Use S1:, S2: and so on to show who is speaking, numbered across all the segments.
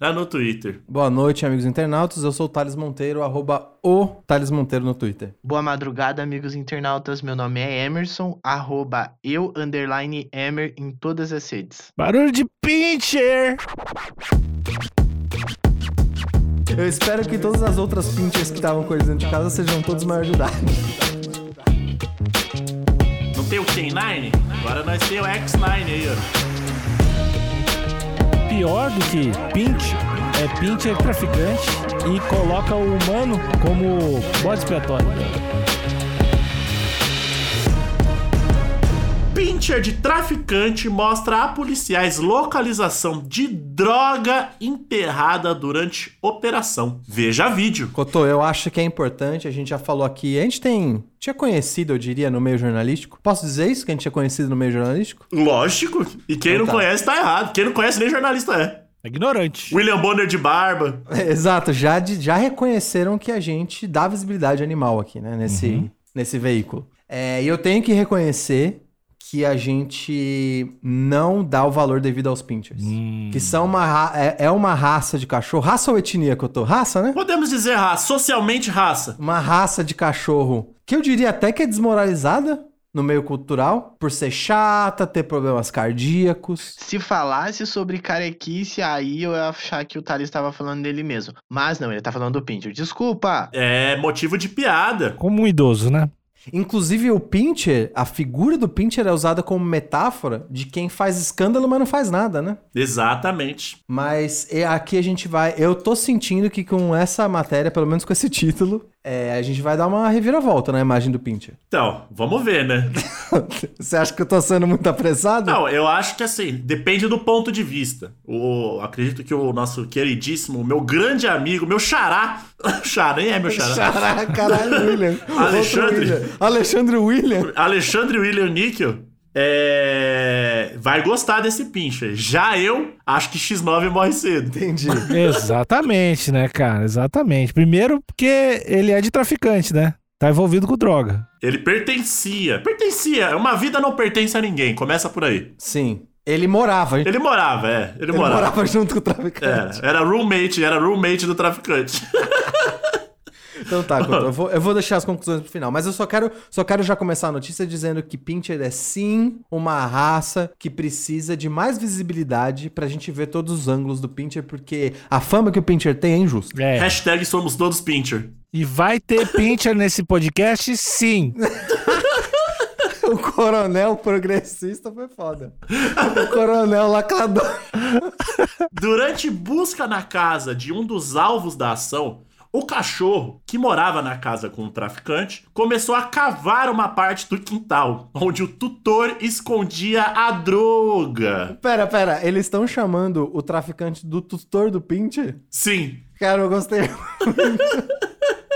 S1: lá no Twitter.
S2: Boa noite, amigos internautas. Eu sou o Thales Monteiro, arroba o Thales Monteiro no Twitter.
S3: Boa madrugada, amigos internautas. Meu nome é Emerson, arroba eu, underline, Emer, em todas as redes.
S4: Barulho de pincher!
S2: Eu espero que todas as outras pinches que estavam coisando de casa sejam todos maior de idade.
S1: Não tem o K9? Agora nós tem o X9 aí, ó.
S4: Pior do que pinch é pincher traficante e coloca o humano como bode expiatório.
S1: Pincher de traficante mostra a policiais localização de droga enterrada durante operação. Veja vídeo.
S2: Cotô, eu acho que é importante, a gente já falou aqui, a gente tem. Tinha conhecido, eu diria, no meio jornalístico. Posso dizer isso que a gente tinha conhecido no meio jornalístico?
S1: Lógico. E quem não
S2: Então tá.
S1: conhece tá errado. Quem não conhece nem jornalista é.
S4: Ignorante.
S1: William Bonner de barba.
S2: Exato, já, de- já reconheceram que a gente dá visibilidade animal aqui, né? Nesse, nesse veículo. É, e eu tenho que reconhecer que a gente não dá o valor devido aos pinchers.
S4: Hum.
S2: Que são uma ra- é, é uma raça de cachorro. Raça ou etnia que eu tô? Raça, né?
S1: Podemos dizer raça, socialmente raça.
S2: Uma raça de cachorro que eu diria até que é desmoralizada no meio cultural por ser chata, ter problemas cardíacos.
S3: Se falasse sobre carequice, aí eu ia achar que o Thales estava falando dele mesmo. Mas não, ele tá falando do Pinter. Desculpa!
S1: É motivo de piada.
S4: Como um idoso, né?
S2: Inclusive, o pincher, a figura do pincher é usada como metáfora de quem faz escândalo, mas não faz nada, né?
S1: Exatamente.
S2: Mas é, aqui a gente vai. Eu tô sentindo que com essa matéria, pelo menos com esse título, é, a gente vai dar uma reviravolta na imagem do pincher.
S1: Então, vamos ver, né?
S2: Você acha que eu tô sendo muito apressado?
S1: Não, eu acho que assim, depende do ponto de vista. O, acredito que o nosso queridíssimo, meu grande amigo, meu xará. xará, nem é meu xará.
S2: Xará, caralho, William.
S1: Alexandre.
S2: Outro William. Alexandre William.
S1: Alexandre William Níquel é, vai gostar desse pincher. Já eu acho que X9 morre cedo.
S2: Entendi.
S4: Exatamente, né, cara? Exatamente. Primeiro porque ele é de traficante, né? Tá envolvido com droga.
S1: Ele pertencia. Pertencia. Uma vida não pertence a ninguém. Começa por aí.
S2: Sim. Ele morava. Ele,
S1: Ele morava, é. Ele,
S2: ele
S1: morava. É.
S2: morava. junto com
S1: Era,
S2: o traficante.
S1: era roommate, era roommate do traficante.
S2: Então tá, Couto, eu vou, eu vou deixar as conclusões pro final. Mas eu só quero, só quero já começar a notícia dizendo que Pincher é sim uma raça que precisa de mais visibilidade pra gente ver todos os ângulos do Pincher, porque a fama que o Pincher tem é injusta.
S4: É.
S1: Hashtag somos todos pincher.
S4: E vai ter pincher nesse podcast, sim.
S2: O coronel progressista foi foda. O coronel lacrador.
S1: Durante busca na casa de um dos alvos da ação, o cachorro, que morava na casa com o traficante, começou a cavar uma parte do quintal, onde o tutor escondia a droga.
S2: Pera, pera, eles estão chamando o traficante do tutor do Pincher?
S1: Sim,
S2: Cara, eu gostei. muito.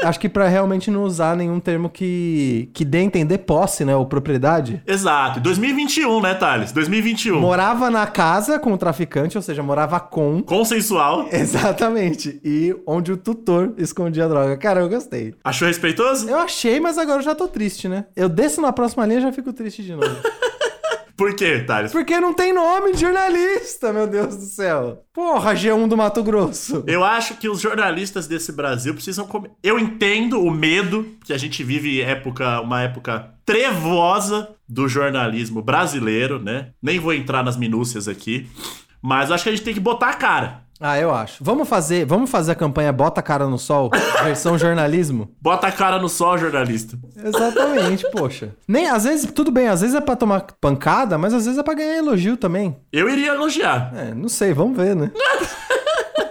S2: Acho que pra realmente não usar nenhum termo que, que dê a entender posse, né? Ou propriedade.
S1: exato. 2021, né, Thales? 2021.
S2: Morava na casa com o traficante, ou seja, morava com.
S1: Consensual.
S2: Exatamente. E onde o tutor escondia a droga. Cara, eu gostei.
S1: Achou respeitoso?
S2: Eu achei, mas agora eu já tô triste, né? Eu desço na próxima linha e já fico triste de novo.
S1: Por quê, Thales?
S2: Porque não tem nome de jornalista, meu Deus do céu. Porra, G1 do Mato Grosso.
S1: Eu acho que os jornalistas desse Brasil precisam. come- Eu entendo o medo que a gente vive época, uma época trevosa do jornalismo brasileiro, né? Nem vou entrar nas minúcias aqui, mas acho que a gente tem que botar a cara.
S2: Ah, eu acho. Vamos fazer, vamos fazer a campanha Bota a Cara no Sol, versão jornalismo?
S1: Bota a cara no sol, jornalista.
S2: Exatamente, poxa. Nem, às vezes, tudo bem, às vezes é pra tomar pancada, mas às vezes é pra ganhar elogio também.
S1: Eu iria elogiar.
S2: É, não sei, vamos ver, né?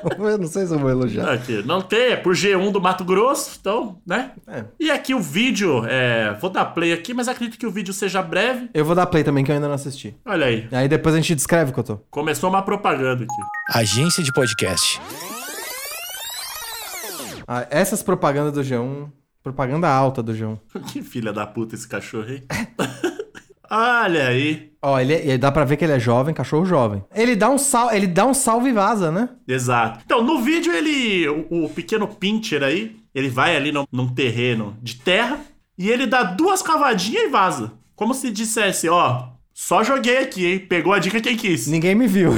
S2: vamos ver, não sei se eu vou elogiar.
S1: Aqui, não tem, é por G1 do Mato Grosso, então, né?
S2: É.
S1: E aqui o vídeo, é, vou dar play aqui, mas acredito que o vídeo seja breve.
S2: Eu vou dar play também, que eu ainda não assisti.
S1: Olha aí,
S2: Aí depois a gente descreve o que eu tô.
S1: começou uma propaganda aqui.
S5: Agência de podcast.
S2: Ah, essas propagandas do G1, propaganda alta do G1.
S1: Que filha da puta esse cachorro, hein? Olha aí.
S2: Ó, ele, é- ele dá pra ver que ele é jovem, cachorro jovem. Ele dá um sal, ele dá um salve e vaza, né?
S1: Exato. Então, no vídeo, ele. O, o pequeno pincher aí, ele vai ali num, num terreno de terra e ele dá duas cavadinhas e vaza. Como se dissesse, ó, só joguei aqui, hein? Pegou a dica quem quis.
S2: Ninguém me viu.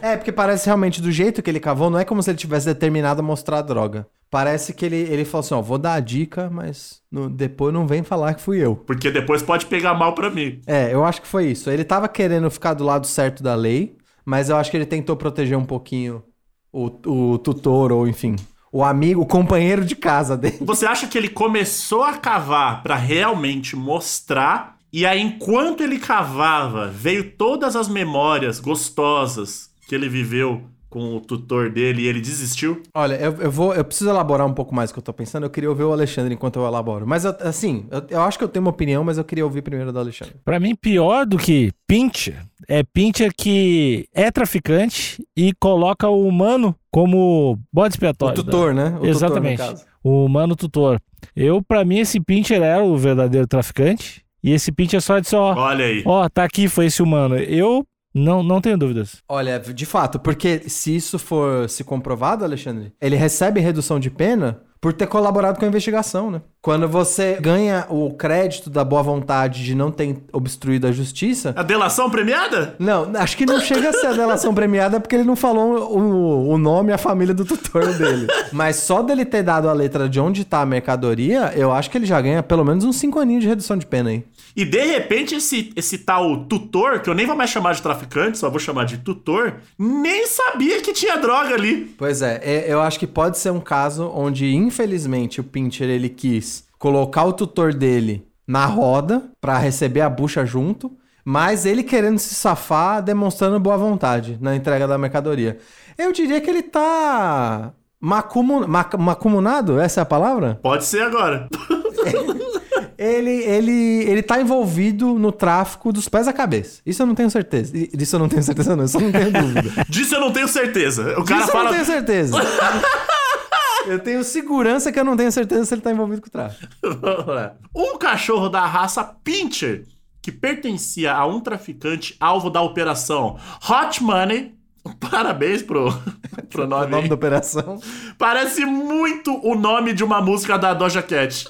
S2: é, porque parece realmente do jeito que ele cavou, não é como se ele tivesse determinado a mostrar a droga. Parece que ele, ele falou assim, ó, vou dar a dica, mas no- depois não vem falar que fui eu.
S1: Porque depois pode pegar mal pra mim.
S2: É, eu acho que foi isso. Ele tava querendo ficar do lado certo da lei, mas eu acho que ele tentou proteger um pouquinho o, o tutor, ou enfim, o amigo, o companheiro de casa dele.
S1: Você acha que ele começou a cavar pra realmente mostrar? E aí, enquanto ele cavava, veio todas as memórias gostosas que ele viveu com o tutor dele e ele desistiu?
S2: Olha, eu, eu vou, eu preciso elaborar um pouco mais o que eu tô pensando. Eu queria ouvir o Alexandre enquanto eu elaboro. Mas eu- assim, eu, eu acho que eu tenho uma opinião, mas eu queria ouvir primeiro do Alexandre.
S4: Pra mim, pior do que pincher é pincher que é traficante e coloca o humano como bode
S2: O
S4: expiatório.
S2: tutor, né? O
S4: Exatamente.
S2: Tutor, no caso.
S4: O humano tutor. Eu, pra mim, esse pincher era o verdadeiro traficante e esse pincher só disse, ó,
S1: Olha aí.
S4: ó, tá aqui, foi esse humano. Eu não, não tenho dúvidas.
S2: Olha, de fato, porque se isso for se comprovado, Alexandre, ele recebe redução de pena por ter colaborado com a investigação, né? Quando você ganha o crédito da boa vontade de não ter obstruído a justiça.
S1: A delação premiada?
S2: Não, acho que não chega a ser a delação premiada porque ele não falou o, o nome e a família do tutor dele. Mas só dele ter dado a letra de onde tá a mercadoria, eu acho que ele já ganha pelo menos uns cinco aninhos de redução de pena aí.
S1: E de repente, esse, esse tal tutor, que eu nem vou mais chamar de traficante, só vou chamar de tutor, nem sabia que tinha droga ali.
S2: Pois é, é, eu acho que pode ser um caso onde, infelizmente, o Pincher ele quis colocar o tutor dele na roda pra receber a bucha junto, mas ele querendo se safar, demonstrando boa vontade na entrega da mercadoria. Eu diria que ele tá macumu, mac- macumunado, essa é a palavra?
S1: Pode ser agora.
S2: Ele, ele, ele tá envolvido no tráfico dos pés à cabeça. Isso eu não tenho certeza. I- Disso eu não tenho certeza, não, isso eu não tenho dúvida.
S1: Disso eu não tenho certeza. O
S2: Disso
S1: cara
S2: eu não
S1: fala.
S2: tenho certeza. eu tenho segurança que eu não tenho certeza se ele tá envolvido com o tráfico.
S1: um cachorro da raça Pincher, que pertencia a um traficante alvo da operação Hot Money. Parabéns pro, pro
S2: O
S1: nome.
S2: nome
S1: hein?
S2: da operação.
S1: Parece muito o nome de uma música da Doja Cat.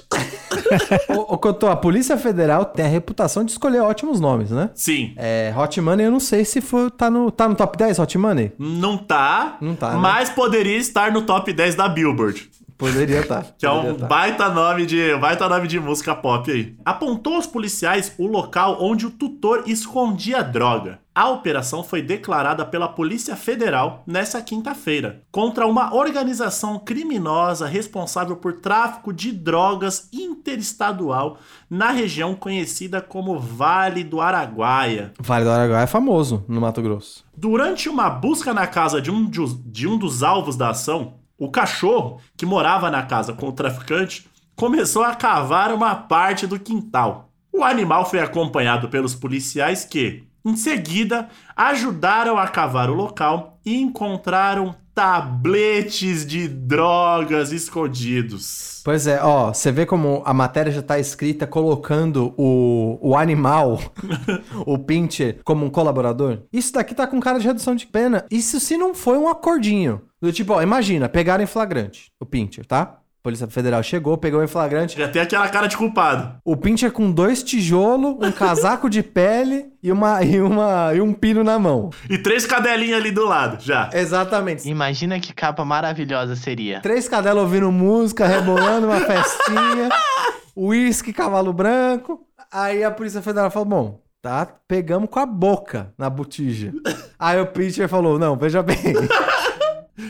S2: Ô, ô, Cotô, a Polícia Federal tem a reputação de escolher ótimos nomes, né?
S1: Sim.
S2: É, Hot Money, eu não sei se for, tá, no, tá no top 10 Hot Money.
S1: Não tá,
S2: Não tá, né?
S1: mas poderia estar no top 10 da Billboard.
S2: Poderia tá. estar.
S1: Que é um baita nome de, baita nome de música pop aí. Apontou aos policiais o local onde o tutor escondia a droga. A operação foi declarada pela Polícia Federal nessa quinta-feira contra uma organização criminosa responsável por tráfico de drogas interestadual na região conhecida como Vale do Araguaia.
S2: Vale do Araguaia é famoso no Mato Grosso.
S1: Durante uma busca na casa de um, de os- de um dos alvos da ação, o cachorro, que morava na casa com o traficante, começou a cavar uma parte do quintal. O animal foi acompanhado pelos policiais que, em seguida, ajudaram a cavar o local e encontraram tabletes de drogas escondidos.
S2: Pois é, ó, você vê como a matéria já tá escrita colocando o, o animal, o pincher, como um colaborador. Isso daqui tá com cara de redução de pena. Isso se não foi um acordinho. Do tipo, ó, imagina, pegaram em flagrante o pincher, tá? Polícia Federal chegou, pegou em flagrante.
S1: Já tem aquela cara de culpado.
S2: O pincher com dois tijolos, um casaco de pele e, uma, e, uma, e um pino na mão.
S1: E três cadelinhas ali do lado, já.
S2: Exatamente.
S3: Imagina que capa maravilhosa seria.
S2: Três cadelas ouvindo música, rebolando uma festinha, uísque, cavalo branco. Aí a Polícia Federal falou: bom, tá, pegamos com a boca na botija. Aí o Pitcher falou: não, veja bem,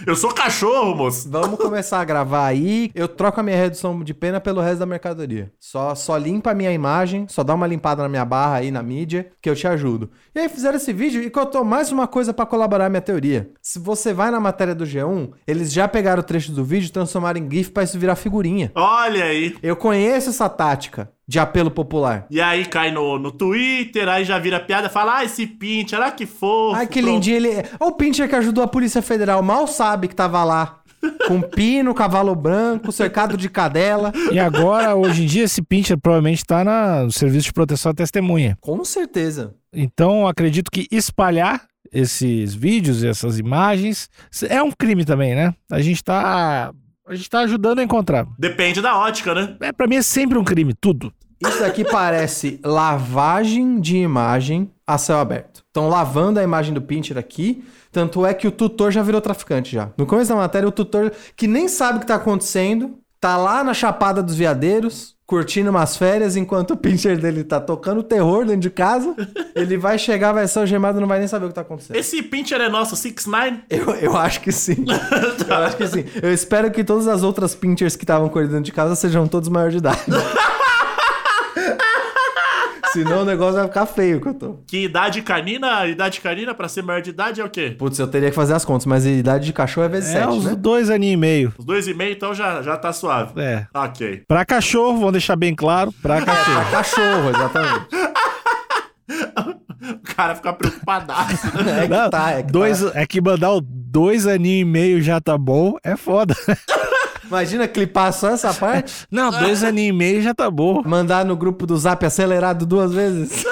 S1: Eu sou cachorro, moço.
S2: vamos começar a gravar aí. Eu troco a minha redução de pena pelo resto da mercadoria. Só, só limpa a minha imagem, só dá uma limpada na minha barra aí na mídia, que eu te ajudo. E aí fizeram esse vídeo e contou mais uma coisa pra colaborar a minha teoria. Se você vai na matéria do G1, eles já pegaram o trecho do vídeo e transformaram em GIF pra isso virar figurinha.
S1: Olha aí.
S2: Eu conheço essa tática de apelo popular.
S1: E aí cai no, no Twitter, aí já vira piada, fala, ah, esse pinte, olha que fofo.
S2: Ai, que
S1: pronto.
S2: lindinho ele é. Olha o Pincher que ajudou a Polícia Federal, mal sabe que tava lá com pino, cavalo branco, cercado de cadela.
S4: E agora, hoje em dia, esse Pincher provavelmente tá na- no serviço de proteção à testemunha.
S2: Com certeza.
S4: Então, eu acredito que espalhar esses vídeos e essas imagens é um crime também, né? A gente tá. A gente tá ajudando a encontrar.
S1: Depende da ótica, né?
S4: É, pra mim é sempre um crime, tudo.
S2: Isso aqui parece lavagem de imagem a céu aberto. Estão lavando a imagem do Pinter aqui. Tanto é que o tutor já virou traficante já. No começo da matéria, o tutor que nem sabe o que tá acontecendo, tá lá na Chapada dos Veadeiros, curtindo umas férias, enquanto o Pinter dele tá tocando terror dentro de casa. Ele vai chegar, vai ser algemado e não vai nem saber o que tá acontecendo.
S1: Esse Pincher é nosso, 6ix9ine.
S2: Eu, eu acho que sim. Eu acho que sim. Eu espero que todas as outras Pinchers que estavam correndo dentro de casa sejam todos maior de idade. Senão o negócio vai ficar feio que eu tô.
S1: Que idade canina, idade canina pra ser maior de idade é o quê?
S2: Putz, eu teria que fazer as contas, mas a idade de cachorro é vezes
S4: é
S2: 7,
S4: uns
S2: né?
S4: dois aninhos e meio.
S1: Os dois e meio, então já, já tá suave.
S4: É.
S1: Ok.
S4: Pra cachorro, vamos deixar bem claro, pra cachorro.
S2: É, cachorro, exatamente.
S1: O cara fica preocupadaço. né?
S2: É que
S4: Não,
S2: tá, é que
S4: dois,
S2: tá.
S4: é que mandar o dois aninhos e meio já tá bom, é foda.
S2: Imagina clipar só essa parte,
S4: Não, dois aninhos e meio já tá bom.
S2: mandar no grupo do Zap acelerado duas vezes.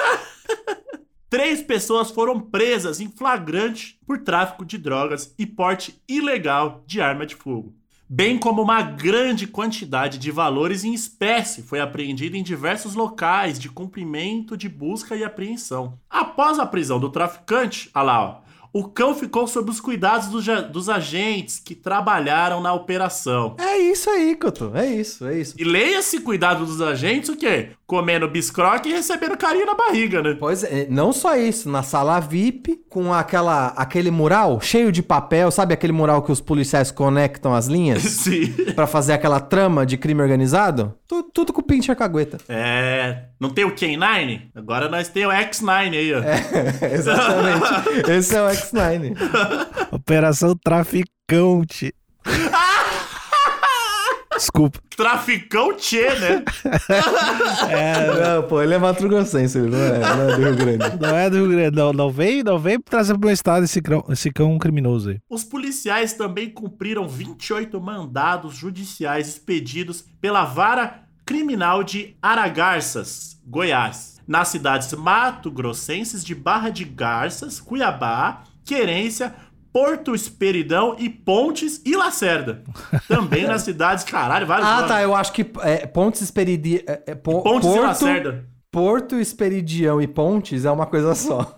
S1: Três pessoas foram presas em flagrante por tráfico de drogas e porte ilegal de arma de fogo. Bem como uma grande quantidade de valores em espécie foi apreendida em diversos locais de cumprimento de busca e apreensão. Após a prisão do traficante, olha lá, ó, o cão ficou sob os cuidados dos ja- dos agentes que trabalharam na operação.
S2: É isso aí, Couto. É isso, é isso.
S1: E leia-se cuidado dos agentes, o quê? Comendo biscroque e recebendo carinho na barriga, né?
S2: Pois é, não só isso, na sala VIP, com aquela, aquele mural cheio de papel, sabe aquele mural que os policiais conectam as linhas
S1: Sim.
S2: Pra fazer aquela trama de crime organizado? Tu- tudo com o pincher cagueta.
S1: É. Não tem o K9? Agora nós tem o X9 aí, ó.
S2: É. Exatamente. Esse é o X9.
S4: Operação Traficante. Desculpa.
S1: Traficão Tchê, né?
S2: Não, pô, ele é Mato Grossense, ele não é, não é do Rio Grande.
S4: Não é do Rio Grande, não. Não vem, não vem trazer pro meu estado esse cão, esse cão criminoso aí.
S1: Os policiais também cumpriram 28 mandados judiciais expedidos pela vara criminal de Aragarças, Goiás, nas cidades Mato Grossenses de Barra de Garças, Cuiabá, Querência, Porto Esperidão e Pontes e Lacerda. Também nas cidades, caralho, vários
S2: Ah,
S1: nomes.
S2: tá, eu acho que é, Pontes Esperidi... É, é, Po-
S1: Pontes e
S2: Porto,
S1: Lacerda.
S2: Porto Esperidião e Pontes é uma coisa só.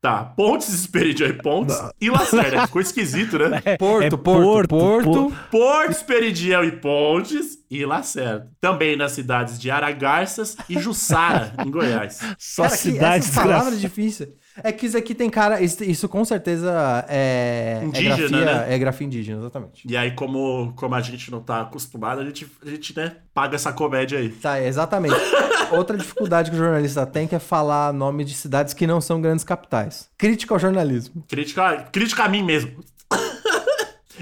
S1: Tá, Pontes, Esperidão e Pontes e Lacerda. Ficou esquisito, né?
S2: Porto, Porto,
S4: Porto,
S2: Porto,
S4: Porto.
S1: Porto, Esperidião e Pontes e Lacerda. Também nas cidades de Aragarças e Jussara, em Goiás.
S4: Só
S2: Cara, que
S4: cidade
S2: essas palavras
S4: desgraçada.
S2: difíceis. É que isso aqui tem cara. Isso, isso com certeza é.
S1: Indígena,
S2: é grafia,
S1: né?
S2: É grafia indígena, exatamente.
S1: E aí, como, como a gente não tá acostumado, a gente, a gente, né, paga essa comédia aí.
S2: Tá, exatamente. Outra dificuldade que o jornalista tem que é falar nome de cidades que não são grandes capitais. Crítica ao jornalismo.
S1: Crítica, ah, crítica a mim mesmo.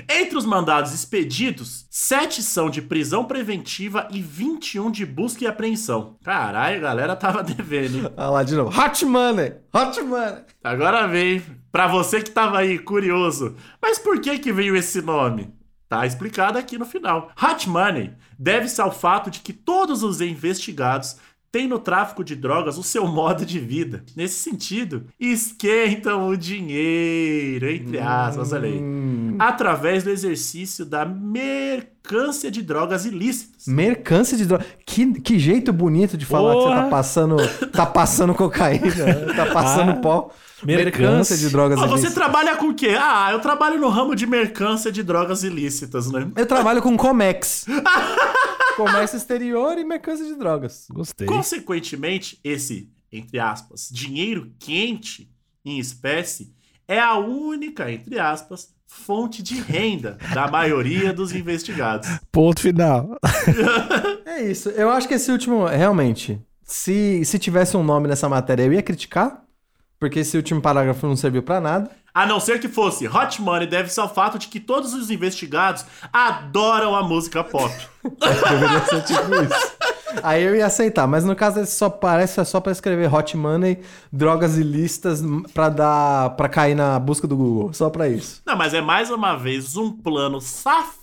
S1: Entre os mandados expedidos, 7 são de prisão preventiva e 21 de busca e apreensão. Caralho, a galera tava devendo, hein?
S2: Olha lá de novo. Hot money! Hot money!
S1: Agora vem, pra você que tava aí curioso, mas por que que veio esse nome? Tá explicado aqui no final. Hot Money deve-se ao fato de que todos os investigados têm no tráfico de drogas o seu modo de vida. Nesse sentido, esquentam o dinheiro, entre aspas, olha aí,
S2: Hum,
S1: através do exercício da mercância de drogas ilícitas.
S2: mercância de droga. Que, que jeito bonito de falar que você
S4: Porra!
S2: tá passando. Tá passando cocaína, né? tá passando
S4: Ah,
S2: pó. Mercância,
S4: mercância.
S2: de drogas
S1: Ah, você
S2: ilícitas.
S1: trabalha com o quê? Ah, eu trabalho no ramo de mercância de drogas ilícitas, né?
S2: Eu trabalho com Comex. Comércio exterior e mercância de drogas.
S4: Gostei.
S1: Consequentemente, esse, entre aspas, dinheiro quente em espécie é a única, entre aspas, fonte de renda da maioria dos investigados.
S4: Ponto final.
S2: É isso. Eu acho que esse último, realmente, se, se tivesse um nome nessa matéria, eu ia criticar, porque esse último parágrafo não serviu pra nada.
S1: A não ser que fosse Hot Money, deve-se ao fato de que todos os investigados adoram a música pop.
S2: Deveria ser É, tipo isso. Aí eu ia aceitar, mas no caso ele só parece é só pra escrever hot money, drogas ilícitas pra dar para cair na busca do Google, só pra isso.
S1: Não, mas é mais uma vez um plano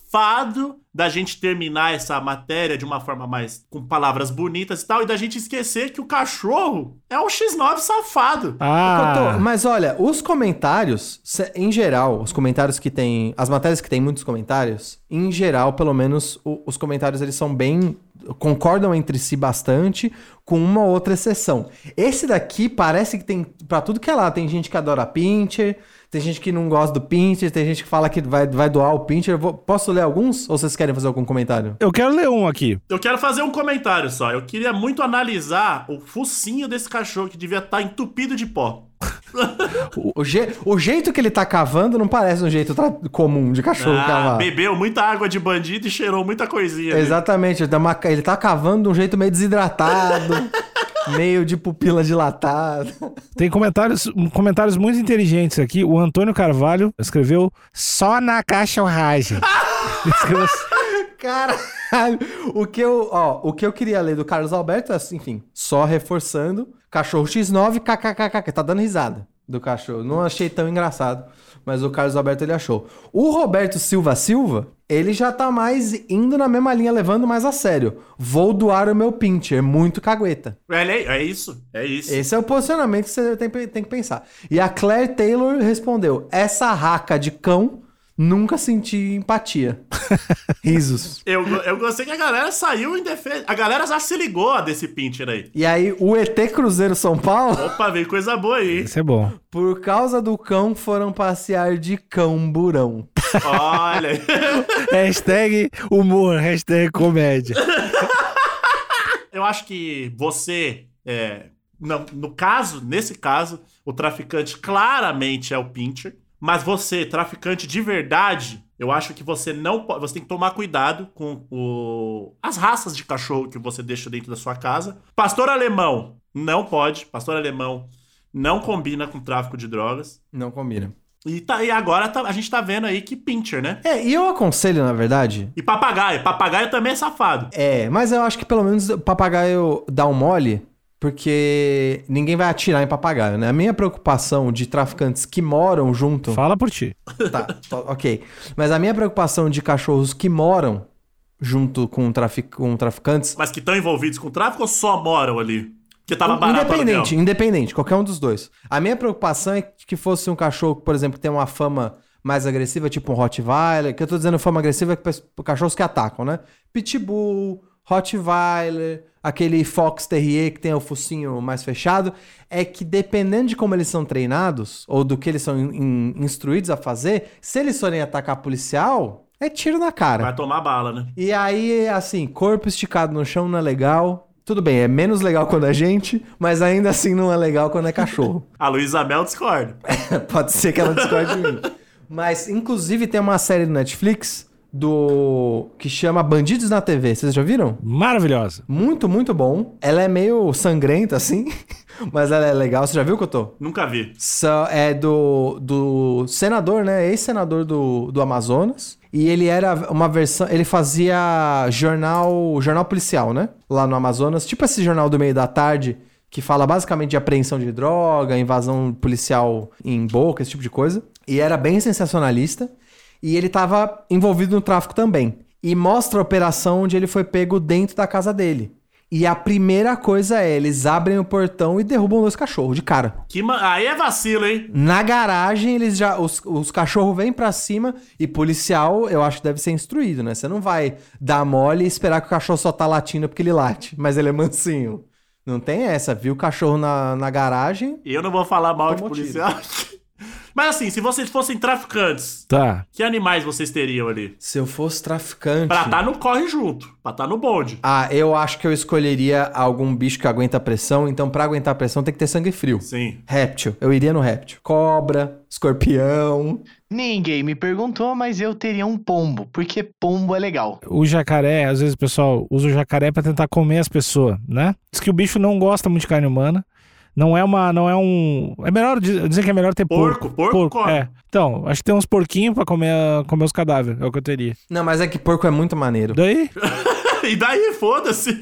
S1: safado da gente terminar essa matéria de uma forma mais com palavras bonitas e tal, e da gente esquecer que o cachorro é um X9 safado.
S4: Ah,
S2: Cotô, Mas olha, os comentários, se- em geral, os comentários que tem. As matérias que tem muitos comentários, em geral, pelo menos, o- os comentários eles são bem. concordam entre si bastante, com uma outra exceção. Esse daqui parece que tem pra tudo que é lá. Tem gente que adora Pinter, tem gente que não gosta do Pinter, tem gente que fala que vai, vai doar o Pinter. Eu vou- posso ler alguns? Ou vocês querem fazer algum comentário?
S4: eu quero ler um aqui.
S1: Eu quero fazer um comentário só. Eu queria muito analisar o focinho desse cachorro que devia estar entupido de pó.
S2: O, je- o jeito que ele tá cavando não parece um jeito tra- comum de cachorro
S1: Ah,
S2: cavar.
S1: bebeu muita água de bandido e cheirou muita coisinha. né?
S2: Exatamente, ele tá, uma- ele tá cavando de um jeito meio desidratado, meio de pupila dilatada.
S4: Tem comentários, comentários muito inteligentes aqui. O Antônio Carvalho escreveu só na cachorragem. Ele escreveu assim.
S2: Caralho, o que eu, ó, o que eu queria ler do Carlos Alberto é, assim, enfim, só reforçando, cachorro X9, kkkk, tá dando risada do cachorro. Não achei tão engraçado, mas o Carlos Alberto ele achou. O Roberto Silva Silva, ele já tá mais indo na mesma linha, levando mais a sério. Vou doar o meu pincher, muito cagueta.
S1: Olha aí, É, isso, é isso.
S2: Esse é o posicionamento que você tem, tem que pensar. E a Claire Taylor respondeu: Essa raca de cão nunca senti empatia. Risos.
S1: Eu, eu gostei que a galera saiu em defesa. A galera já se ligou desse pincher aí.
S2: E aí, o ET Cruzeiro São Paulo,
S1: Opa, veio coisa boa aí.
S4: Isso é bom.
S2: por causa do cão, foram passear de cão burão.
S1: Olha.
S4: Hashtag humor, hashtag comédia.
S1: Eu acho que você. é, não, no caso, nesse caso, o traficante claramente é o pincher. Mas você, traficante de verdade, eu acho que você não pode. Você tem que tomar cuidado com o- as raças de cachorro que você deixa dentro da sua casa. Pastor alemão, não pode. Pastor alemão não combina com tráfico de drogas.
S2: Não combina.
S1: E, tá, e agora tá- a gente tá vendo aí que pincher, né?
S2: É, e eu aconselho, na verdade.
S1: E papagaio. Papagaio também é safado.
S2: É, mas eu acho que pelo menos o papagaio dá um mole, porque ninguém vai atirar em papagaio, né? A minha preocupação de traficantes que moram junto.
S4: Fala por ti.
S2: Tá, to- ok. Mas a minha preocupação de cachorros que moram junto com, trafic com traficantes.
S1: Mas que estão envolvidos com tráfico ou só moram ali? Porque tava barato o aluguel?
S2: independente, independente, qualquer um dos dois. A minha preocupação é que fosse um cachorro, por exemplo, que tem uma fama mais agressiva, tipo um Rottweiler. Que eu tô dizendo fama agressiva é que pes- cachorros que atacam, né? Pitbull, Rottweiler, aquele Fox Terrier que tem o focinho mais fechado. É que dependendo de como eles são treinados, ou do que eles são in- in- instruídos a fazer, se eles forem atacar policial, é tiro na cara.
S1: Vai tomar bala, né?
S2: E aí, assim, corpo esticado no chão não é legal. Tudo bem, é menos legal quando é gente, mas ainda assim não é legal quando é cachorro.
S1: A Luísa Mel discorda.
S2: Pode ser que ela discorde de mim. Mas, inclusive, tem uma série do Netflix do que chama Bandidos na TV. Vocês já viram?
S4: Maravilhosa.
S2: Muito, muito bom. Ela é meio sangrenta, assim, mas ela é legal. Você já viu, Cotô?
S1: Nunca vi.
S2: So- é do, do senador, né? Ex-senador do, do Amazonas. E ele era uma versão. Ele fazia jornal jornal policial, né? Lá no Amazonas. Tipo esse jornal do meio da tarde, que fala basicamente de apreensão de droga, invasão policial em boca, esse tipo de coisa. E era bem sensacionalista. E ele tava envolvido no tráfico também. E mostra a operação onde ele foi pego dentro da casa dele. E a primeira coisa é, eles abrem o portão e derrubam dois cachorros de cara.
S1: Que ma- Aí é vacilo, hein?
S2: Na garagem, eles já. Os, os cachorros vêm pra cima e policial, eu acho que deve ser instruído, né? Você não vai dar mole e esperar que o cachorro só tá latindo porque ele late, mas ele é mansinho. Não tem essa, viu o cachorro na, na garagem?
S1: Eu não vou falar mal de
S2: Tomou
S1: policial. Mas assim, se vocês fossem traficantes,
S4: Tá.
S1: que animais vocês teriam ali?
S2: Se eu fosse traficante.
S1: Pra tá no corre junto, pra tá no bonde.
S2: Ah, eu acho que eu escolheria algum bicho que aguenta a pressão, então pra aguentar a pressão tem que ter sangue frio.
S1: Sim.
S2: Réptil, eu iria no réptil. Cobra, escorpião.
S3: Ninguém me perguntou, mas eu teria um pombo, porque pombo é legal.
S4: O jacaré, às vezes o pessoal usa o jacaré pra tentar comer as pessoas, né? Diz que o bicho não gosta muito de carne humana. Não é uma. Não é um. É melhor. diz- Dizem que é melhor ter porco.
S1: Porco, porco, come.
S4: é. Então, acho que tem uns porquinhos pra comer, comer os cadáveres. É o que eu teria.
S2: Não, mas é que porco é muito maneiro.
S4: Daí?
S1: E daí, foda-se.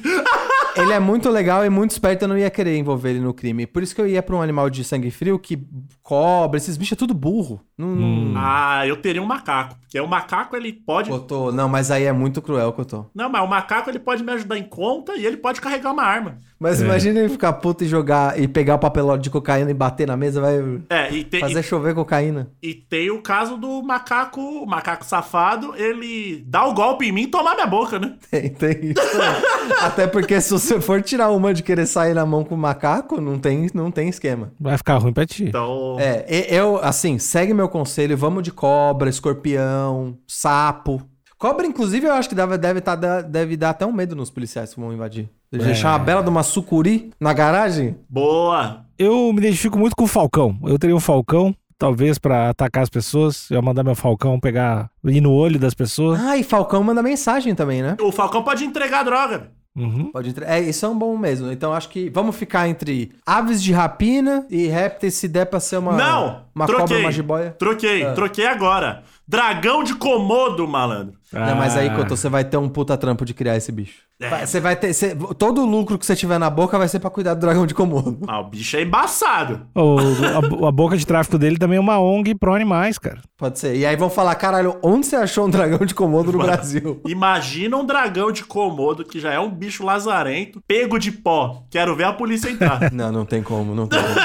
S2: ele é muito legal e muito esperto, eu não ia querer envolver ele no crime. Por isso que eu ia pra um animal de sangue frio que cobra, esses bichos é tudo burro. Não,
S1: Ah, eu teria um macaco. Porque o macaco, ele pode.
S2: Cotô, não, mas aí é muito cruel, Cotô.
S1: Não, mas o macaco, ele pode me ajudar em conta e ele pode carregar uma arma.
S2: Mas
S4: É.
S2: imagina ele ficar puto e jogar e pegar o papelote de cocaína e bater na mesa, vai
S1: É, e tem,
S2: fazer chover cocaína.
S1: e, e tem o caso do macaco, o macaco safado, ele dá o golpe em mim e tomar minha boca, né?
S2: Tem, tem isso. aí. Até porque se você for tirar uma de querer sair na mão com o macaco, não tem, não tem esquema.
S4: Vai ficar ruim pra ti.
S1: Então.
S2: É, e- eu, assim, segue meu conselho, vamos de cobra, escorpião, sapo. Cobra, inclusive, eu acho que deve, deve, tá, deve dar até um medo nos policiais que vão invadir.
S1: É.
S2: Deixar uma bela de uma sucuri na garagem?
S1: Boa!
S4: Eu me identifico muito com o Falcão. Eu teria um Falcão, talvez pra atacar as pessoas. Eu ia mandar meu Falcão pegar, ir no olho das pessoas.
S2: Ah, e Falcão manda mensagem também, né?
S1: O Falcão pode entregar droga.
S4: Uhum.
S2: Pode entrar. É, isso é um bom mesmo. Então acho que vamos ficar entre aves de rapina e répteis se der pra ser uma,
S1: Não,
S2: uma
S1: troquei.
S2: cobra, uma jiboia.
S1: Troquei, troquei agora. Dragão de Komodo, malandro.
S2: Não, mas aí,
S4: Ah,
S2: Couto, você vai ter um puta trampo de criar esse bicho.
S1: É.
S2: Vai- Você vai ter. você- todo o lucro que você tiver na boca vai ser pra cuidar do dragão de Komodo.
S1: Ah, o bicho é embaçado.
S4: o- a, a boca de tráfico dele também é uma ONG pro animais, cara.
S2: Pode ser. E aí vão falar: caralho, onde você achou um dragão de Komodo no Brasil?
S1: Imagina um dragão de Komodo, que já é um bicho lazarento, pego de pó. Quero ver a polícia entrar.
S2: Não, não tem como, não tem como.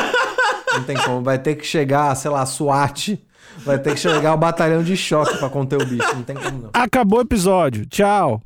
S2: Não tem como. Vai ter que chegar, sei lá, SWAT. Vai ter que chegar o batalhão de choque pra conter o bicho. Não tem como, não.
S4: Acabou o episódio. Tchau.